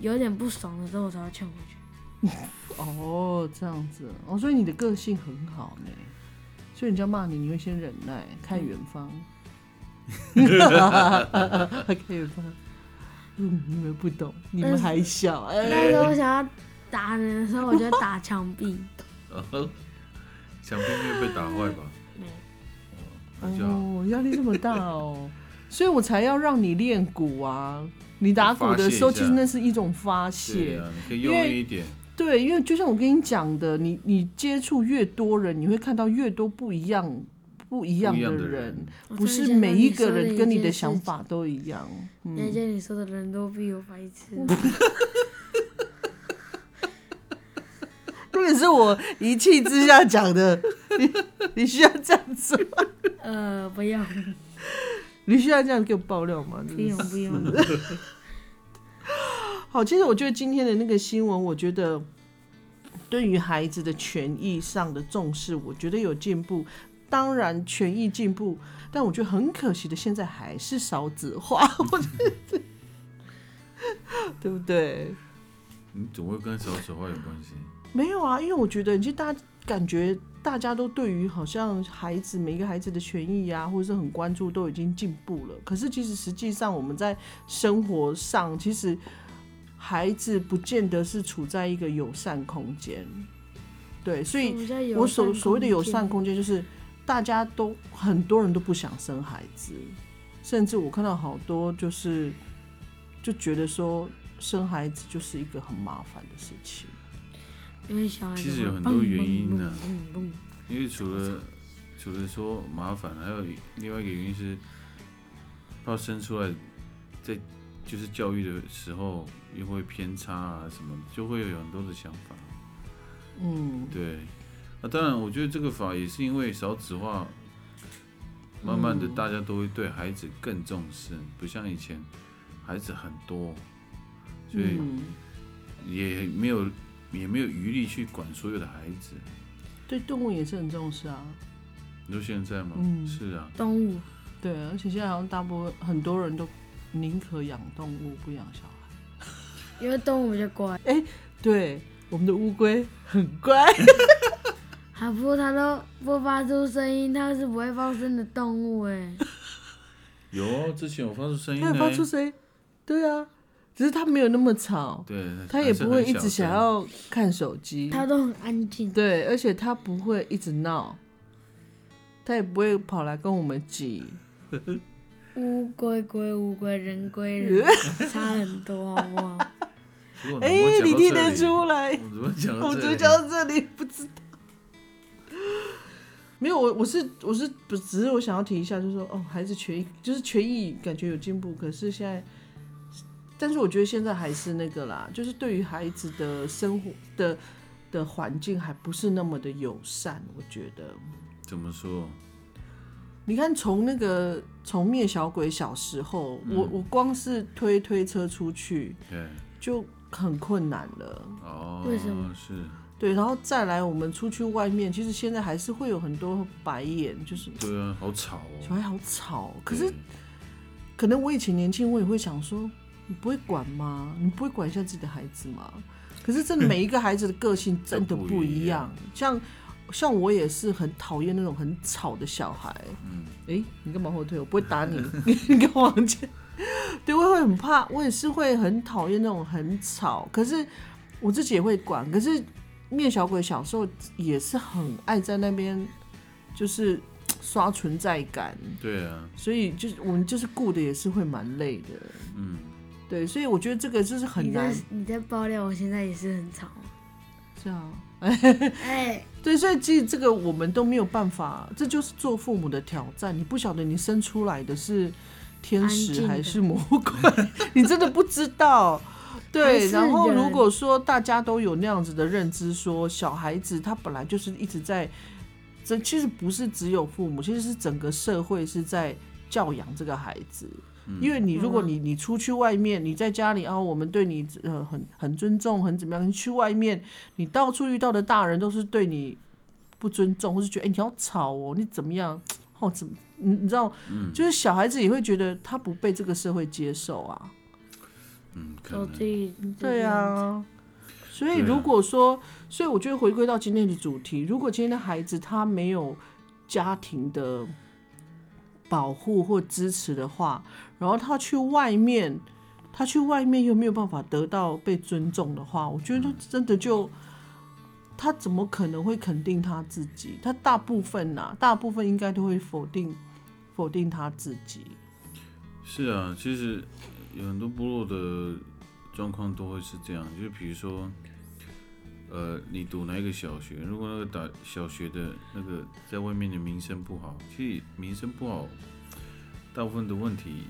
C: 有点不爽的时候我才会呛回去。
A: 哦，这样子，哦，所以你的个性很好呢。所以人家骂你，你会先忍耐，看远
B: <laughs>
A: 方，看远方。嗯，你们不懂，你们还小，哎、
C: 那时候想要打人的时候，我就打墙
A: <laughs>
C: 壁。
B: 呃想必没有被打坏吧？
C: 没有
B: 那就好。
A: 哦，压力这么大哦，所以我才要让你练鼓啊。你打鼓的时候，
B: 发
A: 其
B: 泄一下
A: 实那是一种发
B: 对
A: 泄，
B: 啊，你可以用力一点。
A: 对，因为就像我跟你讲的，你你接触越多人，你会看到越多不一样不一样
B: 不一样的
A: 人
B: 人，
A: 不是每一个人跟你的想。法嗯都一样。
C: 人家你说的人都比我白
A: <laughs>
C: 痴，
A: 这个是我一气之下讲的，你你需要这样做， <laughs>
C: 呃，不要，
A: 你需要这样给我爆料吗？真
C: 不
A: 的是
C: 用，不用。
A: 好，其实我觉得今天的那个新闻，我觉得对于孩子的权益上的重视，我觉得有进步。当然，权益进步，但我觉得很可惜的，现在还是少子化， <laughs> 我觉得，对不对？
B: 嗯你总会跟小丑话有关系？
A: 没有啊，因为我觉得，其实大家感觉大家都对于好像孩子每一个孩子的权益啊，或者是很关注，都已经进步了。可是其实实际上我们在生活上，其实孩子不见得是处在一个友善空间。对，所以我所所谓的友善空间，就是大家都很多人都不想生孩子，甚至我看到好多就是就觉得说生孩子就是一个很麻烦的事情。
C: 因为小孩
B: 其实有很多原因啊呢
C: 嗯嗯，
B: 因为除了除了说麻烦，还有另外一个原因是，怕生出来在就是教育的时候又会偏差啊什么，就会有很多的想法。
A: 嗯，
B: 对，啊，当然，我觉得这个法也是因为少子化，慢慢的大家都会对孩子更重视，不像以前孩子很多，所以
A: 嗯
B: 也没有也没有余力去管所有的孩子。
A: 对动物也是很重视啊。
B: 你说现在吗？
A: 嗯
B: 是啊，
C: 动物
A: 对，啊而且现在好像大部分很多人都宁可养动物不养小孩。
C: 因为动物比较乖，
A: 对，我们的乌龟很乖，
C: 还不过它都不发出声音，它是不会放声的动物
A: <laughs>
C: 哎。
B: 有哦，之前我发出声音
A: 它有
B: 呢
A: 发。出声音。 <laughs> 对啊，只是它没有那么吵，
B: 对，
A: 它
B: 嗯还
A: 也
B: 是
A: 不会
B: 很
A: 一
B: 小
A: 直想
B: 声。
A: 要看手机。
C: 它都很安静，
A: 对，而且它不会一直闹，它也不会跑来跟我们挤。
C: 乌龟归乌
A: <laughs>
C: 龟，人归人，差很多，好不好？
B: 如果
A: 哎、
B: 我讲到
A: 你听得
B: 这里
A: 出来？
B: 我怎么讲到
A: 我
B: 嗯这里？
A: 就讲到这里，不知道。 <laughs> 没有，我我是我是不只是我想要提一下，就是说哦，孩子权益就是权益感觉有进步，可是现在，但是我觉得现在还是那个啦，就是对于孩子的生活的的环境还不是那么的友善，我觉得。
B: 怎么说？
A: 你看，从那个从灭小鬼小时候，
B: 嗯
A: 我我光是推推车出去
B: 对，
A: 就很困难了。
B: 哦，
C: 为什么
B: 是？
A: 对，然后再来我们出去外面，其实现在还是会有很多白眼，就是
B: 对啊，好吵
A: 小
B: 哦。
A: 孩好吵。可是
B: 对
A: 可能我以前年轻，我也会想说，你不会管吗？你不会管一下自己的孩子吗？可是真的每一个孩子的个
B: <laughs>
A: 性真的
B: 都不
A: 不
B: 一
A: 一
B: 样
A: 样，像像我也是很讨厌那种很吵的小孩。
B: 嗯，
A: 哎、你干嘛后退？我不会打你， <laughs> 你干嘛往前？对，我也会很怕，我也是会很讨厌那种很吵。可是我自己也会管。可是面小鬼小时候也是很爱在那边，就是刷存在感，
B: 对啊，
A: 所以就是我们就是顾的也是会蛮累的。
B: 嗯，
A: 对，所以我觉得这个就是 <laughs> 很
C: 你在
A: 难，
C: 你在爆料，我现在也是
A: <laughs>
C: 很吵。
A: 这样。
C: 哎，
A: 对，所以其实这个我们都没有办法，这就是做父母的挑战。你不晓得你生出来的是天
C: 安
A: 使
C: 静的
A: 还是魔鬼，你真的不知道。
C: 还
A: 对，
C: 是
A: 然后
C: 人
A: 如果说大家都有那样子的认知说小孩子他本来就是一直在，这其实不是只有父母，其实是整个社会是在教养这个孩子。因为你如果你你出去外面，你在家里啊，我们对你呃很很尊重，很怎么样？你去外面，你到处遇到的大人都是对你不尊重，或是觉得哎、你好吵哦，你怎么样？哦怎么？你你知道，就是小孩子也会觉得他不被这个社会接受啊。
B: 嗯，可
C: 我
B: 能
C: 自己
A: 对，啊，所以
B: 对啊
A: 如果说，所以我觉得回归到今天的主题，如果今天的孩子他没有家庭的保护或支持的话，然后他去外面，他去外面又没有办法得到被尊重的话，我觉得他真的就。他怎么可能会肯定他自己？他大部分呐、大部分应该都会否定，否定他自己。
B: 是啊，其实有很多部落的状况都会是这样，就是比如说，呃，你读哪一个小学，如果那个打小学的那个在外面的名声不好，其实名声不好，大部分的问题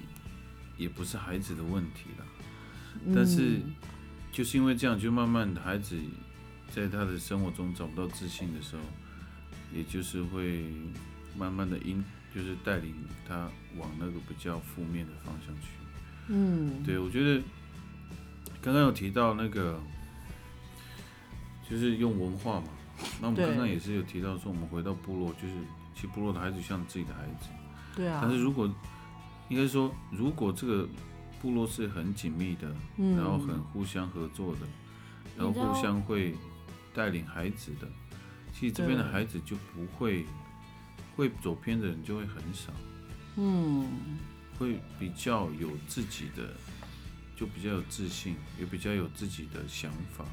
B: 也不是孩子的问题啦，但是
A: 嗯
B: 就是因为这样，就慢慢的孩子在他的生活中找不到自信的时候，也就是会慢慢的引，就是带领他往那个比较负面的方向去。
A: 嗯，
B: 对，我觉得刚刚有提到那个，就是用文化嘛。那我们
A: 对
B: 刚刚也是有提到说，我们回到部落，就是其实部落的孩子像自己的孩子。
A: 对啊。
B: 但是如果应该说，如果这个部落是很紧密的，
A: 嗯
B: 然后很互相合作的，然后
C: 你知道
B: 互相会带领孩子的，其实这边的
A: 对
B: 孩子就不会会走偏的人就会很少，
A: 嗯。
B: 会比较有自己的，就比较有自信，也比较有自己的想法。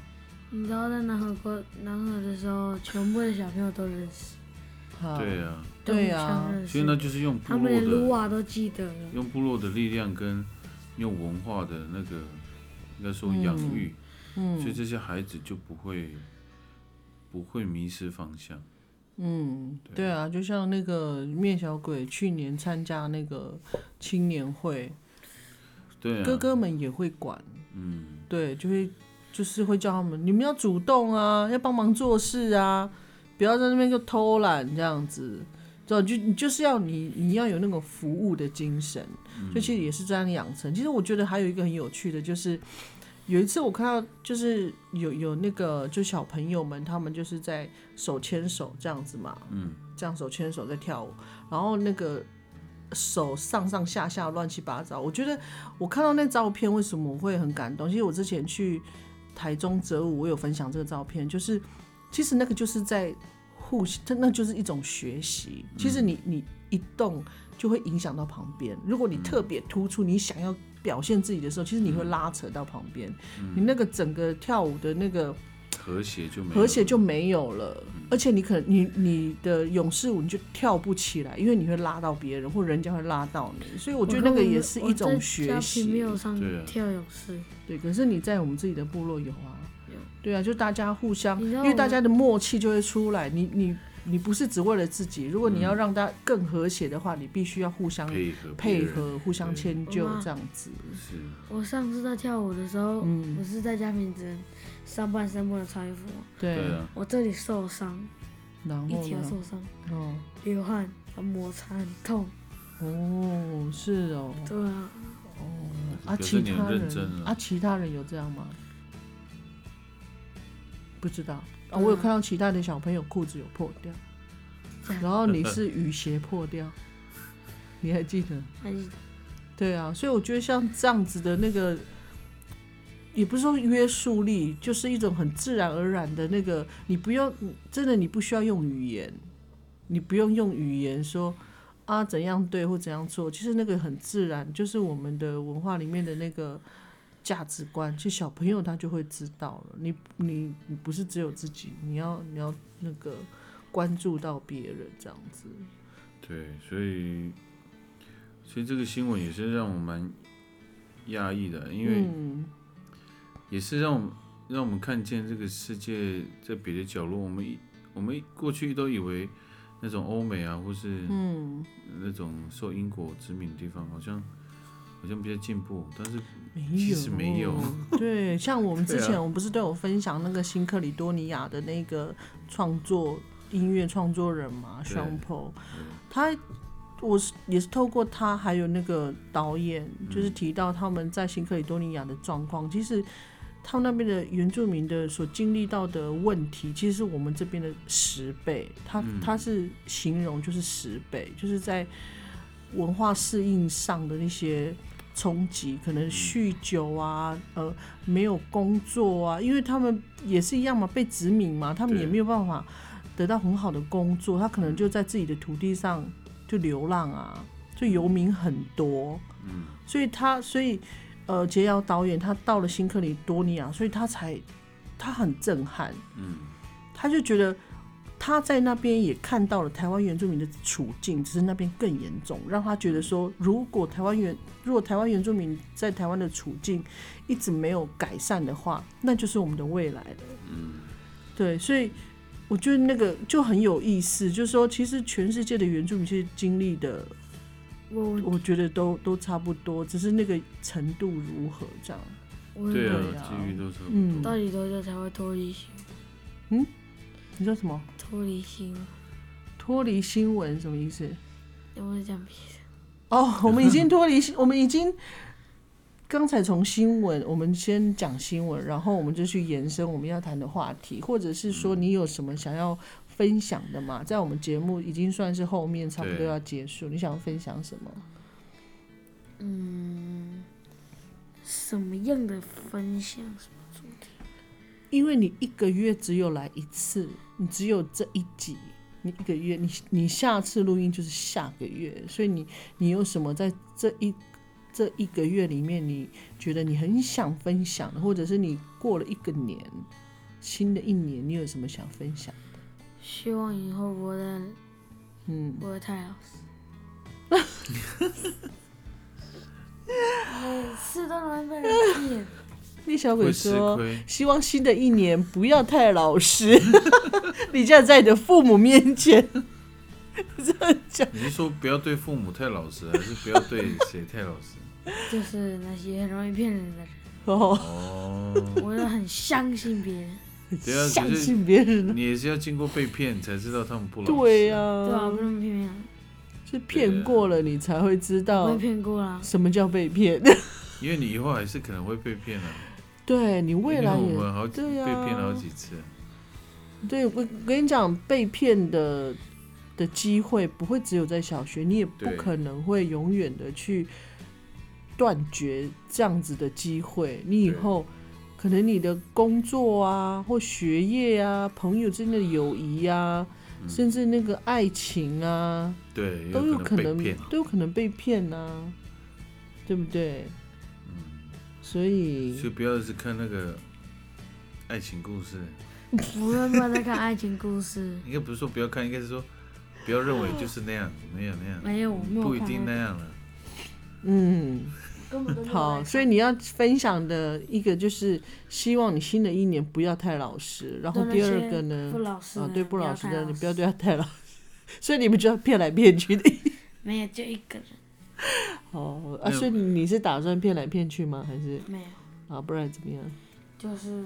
C: 你知道在南河国南河的时候，全部的小朋友都认识，
A: 啊
B: 对啊，
A: 对
C: 呀
A: 啊，，
B: 所以那就是用部
C: 他
B: 落
C: 们连啊卢
B: 的
C: 瓦都记得了。
B: 用部落的力量跟用文化的那个，应该说养
A: 嗯
B: 育。所以
A: 嗯
B: 这些孩子就不会不会迷失方向。
A: 嗯，对啊，就像那个面小鬼去年参加那个青年会，
B: 对啊，
A: 哥哥们也会管，
B: 嗯，
A: 对，就会就是会叫他们，你们要主动啊，要帮忙做事啊，不要在那边就偷懒这样子。知道，就你就是要你你要有那种服务的精神，
B: 嗯
A: 所以其实也是这样养成。其实我觉得还有一个很有趣的，就是有一次我看到，就是有有那个就小朋友们他们就是在手牵手这样子嘛，
B: 嗯，
A: 这样手牵手在跳舞，然后那个手上上下下乱七八糟。我觉得我看到那照片，为什么我会很感动？其实我之前去台中折舞，我有分享这个照片，就是其实那个就是在互，它那就是一种学习。
C: 嗯
A: 其实你你一动就会影响到旁边，如果你特别突出，你想要
C: 嗯
A: 表现自己的时候，其实你会拉扯到旁边，你那个整个跳舞的那个。
B: 和谐就没有
A: 和谐就没有了，
C: 嗯
A: 而且你可能你你的勇士舞你就跳不起来，因为你会拉到别人，或人家会拉到你，所以我觉得那个也是一种学
C: 我在家没
A: 习。
C: 有上
B: 对啊
C: 跳勇士，
A: 对，可是你在我们自己的部落有啊
C: 有，
A: 对啊，就大家互相，
C: 你知道
A: 因
C: 我
A: 为大家的默契就会出来。你你你不是只为了自己，如果你要让大家更和谐的话，你必须要互相
B: 嗯配合别
A: 配
B: 人
A: 合、互相
B: 对
A: 迁就
C: 我哦妈
A: 这样子。
B: 是
C: 我上次在跳舞的时候，
A: 嗯
C: 我是在家平只能上半身不能穿衣服，
A: 对，
B: 对啊，
C: 我这里受伤，
A: 然
C: 一
A: 后
C: 条
A: 呢？
C: 受伤，
A: 哦
C: 流汗，摩擦很痛，
A: 哦，是哦，
C: 对啊，
A: 啊，
B: 表
A: 其
B: 示你
A: 他
B: 很认
A: 人
B: 真了
A: 啊，其他人有这样吗？不知道啊，
C: 嗯
A: 我有看到其他的小朋友裤子有破掉，
C: 这样
A: 然后你是雨鞋破掉，你还记得？
C: 还是
A: 对啊，所以我觉得像这样子的那个，也不是说约束力，就是一种很自然而然的那个，你不用真的你不需要用语言，你不用用语言说啊怎样对或怎样做，其实那个很自然，就是我们的文化里面的那个价值观，其实小朋友他就会知道了。你你你不是只有自己，你要你要那个关注到别人这样子。
B: 对，所以所以这个新闻也是让我蛮讶异的，因为
A: 嗯
B: 也是让我们让我们看见这个世界在别的角落，我们一我们一过去都以为那种欧美啊，或是
A: 嗯，
B: 那种受英国殖民的地方，好像好像比较进步，但是
A: 没有，
B: 其实没有。 <laughs>
A: 对，像我们之前，
B: 对啊
A: 我们不是都有分享那个新克里多尼亚的那个创作音乐创作人嘛，
B: 对
A: 双坡，他我是也是透过他还有那个导演，
B: 嗯
A: 就是提到他们在新克里多尼亚的状况，其实。他们那边的原住民的所经历到的问题，其实是我们这边的十倍。他
B: 嗯
A: 他是形容就是十倍，就是在文化适应上的那些冲击，可
B: 嗯
A: 能酗酒啊，呃，没有工作啊，因为他们也是一样嘛，被殖民嘛，他们
B: 对
A: 也没有办法得到很好的工作，他可能就在自己的土地上就流浪啊，就游民很多，
B: 嗯，
A: 所以他所以呃，杰瑶导演他到了新克里多尼亚，所以他才他很震撼，
B: 嗯，
A: 他就觉得他在那边也看到了台湾原住民的处境，只是那边更严重，让他觉得说，如果台湾原如果台湾原住民在台湾的处境一直没有改善的话，那就是我们的未来了。嗯，对，所以我觉得那个就很有意思，就是说，其实全世界的原住民其实经历的，
C: 我
A: 我觉得都都差不多，只是那个程度如何这样。
C: 我
B: 对啊
A: 对，啊
B: 机遇都差不
A: 嗯
B: 多。
C: 到底多久才会脱离新
A: 你说什么？
C: 脱离新闻？
A: 脱离新闻什么意思？
C: 有没有讲别的？
A: 哦，我们已经脱离新，我们已经刚才从新闻，我们先讲新闻，然后我们就去延伸我们要谈的话题，或者是说你有什么想要分享的嘛？在我们节目已经算是后面差不多
B: 对
A: 要结束，你想分享什么？
C: 嗯，什么样的分享？什么主题？
A: 因为你一个月只有来一次，你只有这一集，你一个月，你你下次录音就是下个月，所以你你有什么在这一这一个月里面，你觉得你很想分享的，或者是你过了一个年，新的一年，你有什么想分享？
C: 希望以后不会再
A: 嗯，
C: 不会太老实。每次都能被人骗，
A: 那小鬼
B: 会吃
A: 说。
B: 亏，
A: 希望新的一年不要太老实， <laughs> 你这样在你的父母面前 <laughs> 这样讲，
B: 你是说不要对父母太老实，还是不要对谁太老实？
C: 就是那些很容易骗人的人，
A: 哦，
B: 哦，
C: 我就很相信别人，
B: 对啊，
A: 相
B: 可是
A: 信别人啊，
B: 你也是要经过被骗才知道他们不老实。
A: 对啊呀、
C: 对吧、不能骗别人，
A: 是骗过了你才会知
C: 我
A: 道
C: 被骗啊过了。
A: 什么叫被骗。 <laughs>
B: 因为你以后还是可能会被骗啊。
A: 对你未来
B: 因为
A: 也
B: 我们好几
A: 对
B: 被
A: 啊
B: 骗了好几次，
A: 对我我跟你讲，被骗的的机会不会只有在小学，你也不
B: 对
A: 可能会永远的去断绝这样子的机会。你以
B: 对
A: 后可能你的工作啊，或学业啊，朋友之间的友谊啊，
B: 嗯
A: 甚至那个爱情啊，
B: 对，
A: 都有
B: 可
A: 可能
B: 被骗。啊
A: 都有可能被骗啊，对不对？
B: 嗯，
A: 所以
B: 所以不要只看那个爱情故事，
C: 我们没有在看爱情故事，
B: 应该不是说不要看，应该是说不要认为就是那样，没有那样，
C: 没有，我没有看。
B: 不一定那，样了。
A: 嗯，
C: 根本都没有在
A: 好，
C: 看
A: 所以你要分享的一个就是希望你新的一年不要太老实，然后
C: 对
A: 第
C: 那
A: 二
C: 些
A: 个呢
C: 不，老实
A: 啊
C: 的，
A: 对不老实
C: 太
A: 的，你不要
C: 实
A: 对他太老实， <laughs> 所以你们就要骗来骗去
C: <laughs>
A: 的。
C: 没有就一个人，
A: 哦，啊，
B: 没有
A: 所以你是打算骗来骗去吗？还是
C: 没有，
A: 啊，不然怎么样？
C: 就是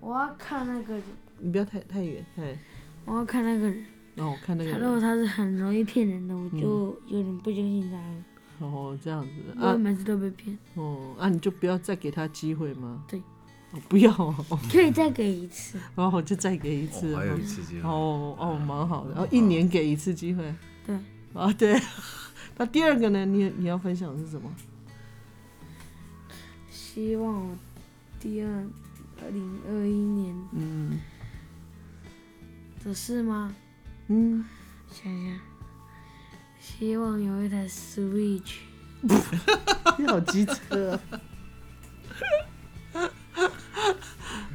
C: 我要看那个人，
A: 你不要太太远，太。
C: 我要看那个人，
A: 然后我看那个
C: 他如果
A: 人，
C: 他是很容易骗人的，我就有点不相信他了，
A: 哦，这样子
C: 我
A: 啊，
C: 每次都被骗，
A: 哦，啊，你就不要再给他机会吗？
C: 对
A: 哦，不要 <laughs> 哦，
C: 可以再给一次，
A: 然后就再给一次
B: 哦，还有一嗯次机会。
A: 哦哦，蛮好的，然后一年给一次机会
C: 对，
A: 啊，对。 <laughs> 那第二个呢？你你要分享的是什么？
C: 希望我第二二零二一年
A: 嗯
C: 的事吗？
A: 嗯，
C: 想想，希望有一台
A: <laughs>
C: Switch，
A: 你好机车。 <laughs>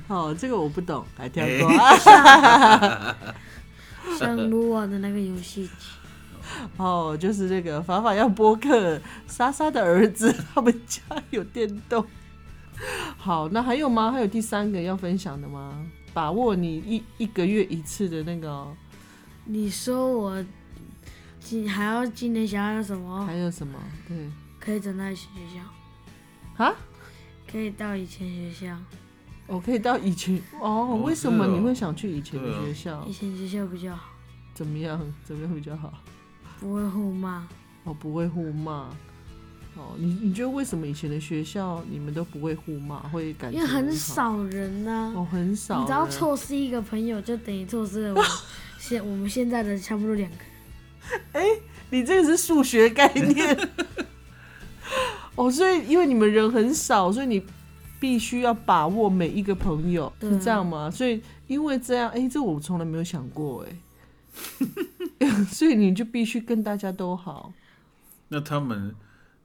A: 好，这个我不懂，来跳
B: 哎
A: 过啊。
C: 像 Lua 的那个游戏机，
A: 哦，就是那个法法要播客莎莎的儿子，他们家有电动。好，那还有吗？还有第三个要分享的吗？把握你一一个月一次的那个哦、
C: 你说我今还要今年想要什么？
A: 还有什么？对
C: 可以整到以前学校，
A: 啊，
C: 可以到以前学校，
A: 我可以到以前哦。
B: 哦
A: 为什么
B: 是哦
A: 你会想去以前的
B: 对啊
A: 学校？
C: 以前学校比较好，
A: 怎么样？怎么样比较好？
C: 不会互骂，
A: 哦，不会互骂。哦，你你觉得为什么以前的学校你们都不会互骂，会感
C: 因
A: 情
C: 为很
A: 好
C: 少人呐、
A: 哦，很少人。
C: 你只要错失一个朋友，就等于错失了我现我们现在的差不多两个。
A: 你这个是数学概念。 <laughs> 哦，所以因为你们人很少，所以你必须要把握每一个朋友，
C: 对啊
A: 是这样吗？所以因为这样，哎、这我从来没有想过、哎， <laughs> 所以你就必须跟大家都好。
B: 那他们，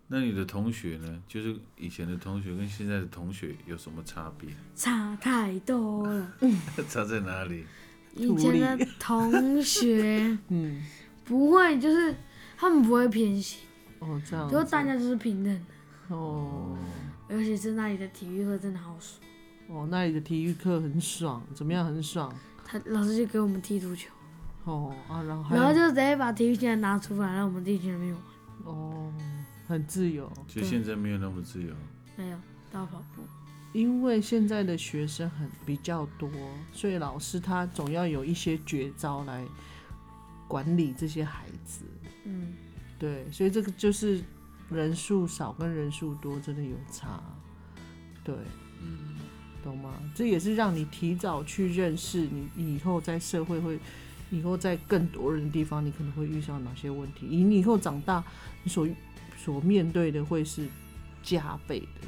B: 那你的同学呢？就是以前的同学跟现在的同学有什么差别？ <laughs>
C: 差太
A: <laughs>
C: 多了。
B: 差在哪里？
C: 以前的
A: <laughs>
C: 同学
A: 嗯，
C: 不会，就是他们不会偏心，
A: 哦，这样子，
C: 就大家就是平等的。
A: 哦
C: 而且是那里的体育课真的好爽，
A: 哦，那里的体育课很爽，怎么样？很爽。
C: 他老师就给我们踢足球，
A: 哦啊，然后还有
C: 然后就直接把体育圈拿出来，让我们自己去那边玩。
A: 哦，很自由。
B: 其实现在没有那么自由。
C: 没有，到跑步。
A: 因为现在的学生很比较多，所以老师他总要有一些绝招来管理这些孩子。
C: 嗯，
A: 对，所以这个就是人数少跟人数多真的有差。对，
B: 嗯，
A: 懂吗？这也是让你提早去认识你以后在社会会，以后在更多人的地方，你可能会遇上哪些问题。以你以后长大，你所所面对的会是加倍的。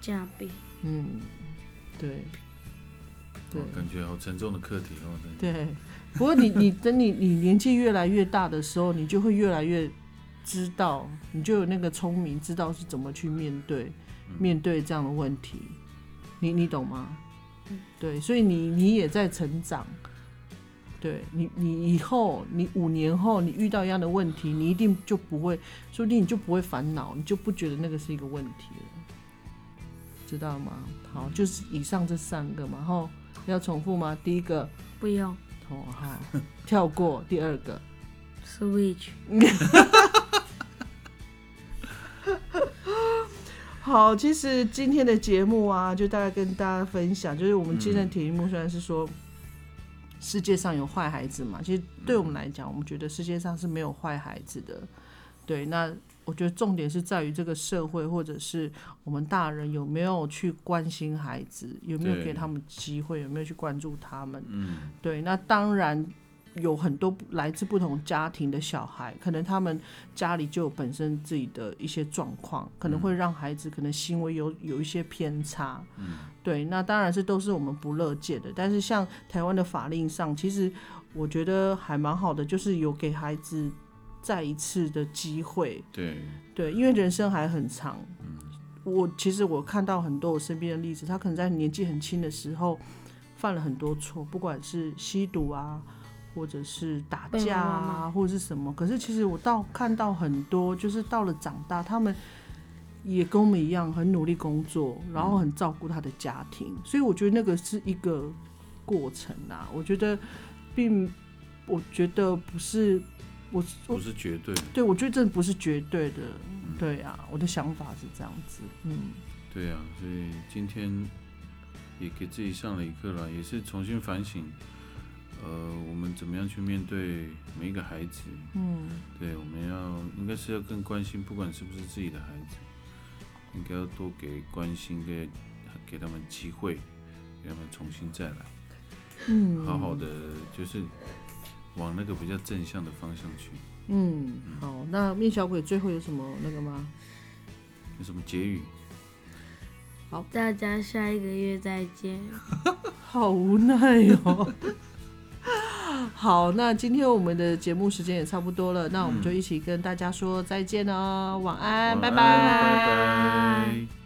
C: 加倍。
A: 嗯，对，对
B: 哦，感觉好沉重的课题哦。真的
A: 对。不过你你等你你年纪越来越大的时候，你就会越来越知道，你就有那个聪明，知道是怎么去面对面对这样的问题。你你懂吗？对，所以你你也在成长。对你，你以后，你五年后，你遇到一样的问题，你一定就不会，说不定你就不会烦恼，你就不觉得那个是一个问题了，知道吗？好，就是以上这三个嘛，然后要重复吗？第一个，
C: 不用
A: 哦，好，跳过第二个。
C: Switch，
A: 好，其实今天的节目啊，就大概跟大家分享，就是我们今天的题目虽然是说、世界上有坏孩子嘛，其实对我们来讲，我们觉得世界上是没有坏孩子的。对，那我觉得重点是在于这个社会或者是我们大人有没有去关心孩子，有没有
B: 对
A: 给他们机会，有没有去关注他们。
B: 嗯，
A: 对，那当然有很多不来自不同家庭的小孩，可能他们家里就有本身自己的一些状况，可能会让孩子可能行为有有一些偏差。嗯，对，那当然是都是我们不乐见的。但是像台湾的法令上，其实我觉得还蛮好的，就是有给孩子再一次的机会。
B: 对，
A: 对，因为人生还很长。我其实我看到很多我身边的例子，他可能在年纪很轻的时候，犯了很多错，不管是吸毒啊，或者是打
C: 被
A: 架
C: 妈妈
A: 啊，或者是什么。可是其实我到看到很多，就是到了长大，他们也跟我们一样很努力工作，然后很照顾他的家庭。所以我觉得那个是一个过程啊。我觉得并，我觉得不是我我
B: 不是绝对。
A: 对我觉得这不是绝对的。对啊，我的想法是这样子。嗯，
B: 对啊，所以今天也给自己上了一课了，也是重新反省，呃，我们怎么样去面对每一个孩子。嗯，对，我们要应该是要更关心，不管是不是自己的孩子，应该要多给关心，给给他们机会，给他们重新再来，
A: 嗯，
B: 好好的就是往那个比较正向的方向去。
A: 嗯，好，那面小鬼最后有什么那个吗？
B: 有什么结语？
C: 大家下一个月再见。
A: 好无奈哦。 <laughs> 好，那今天我们的节目时间也差不多了，嗯那我们就一起跟大家说再见哦，晚安，
B: 晚安
A: 拜
B: 拜拜。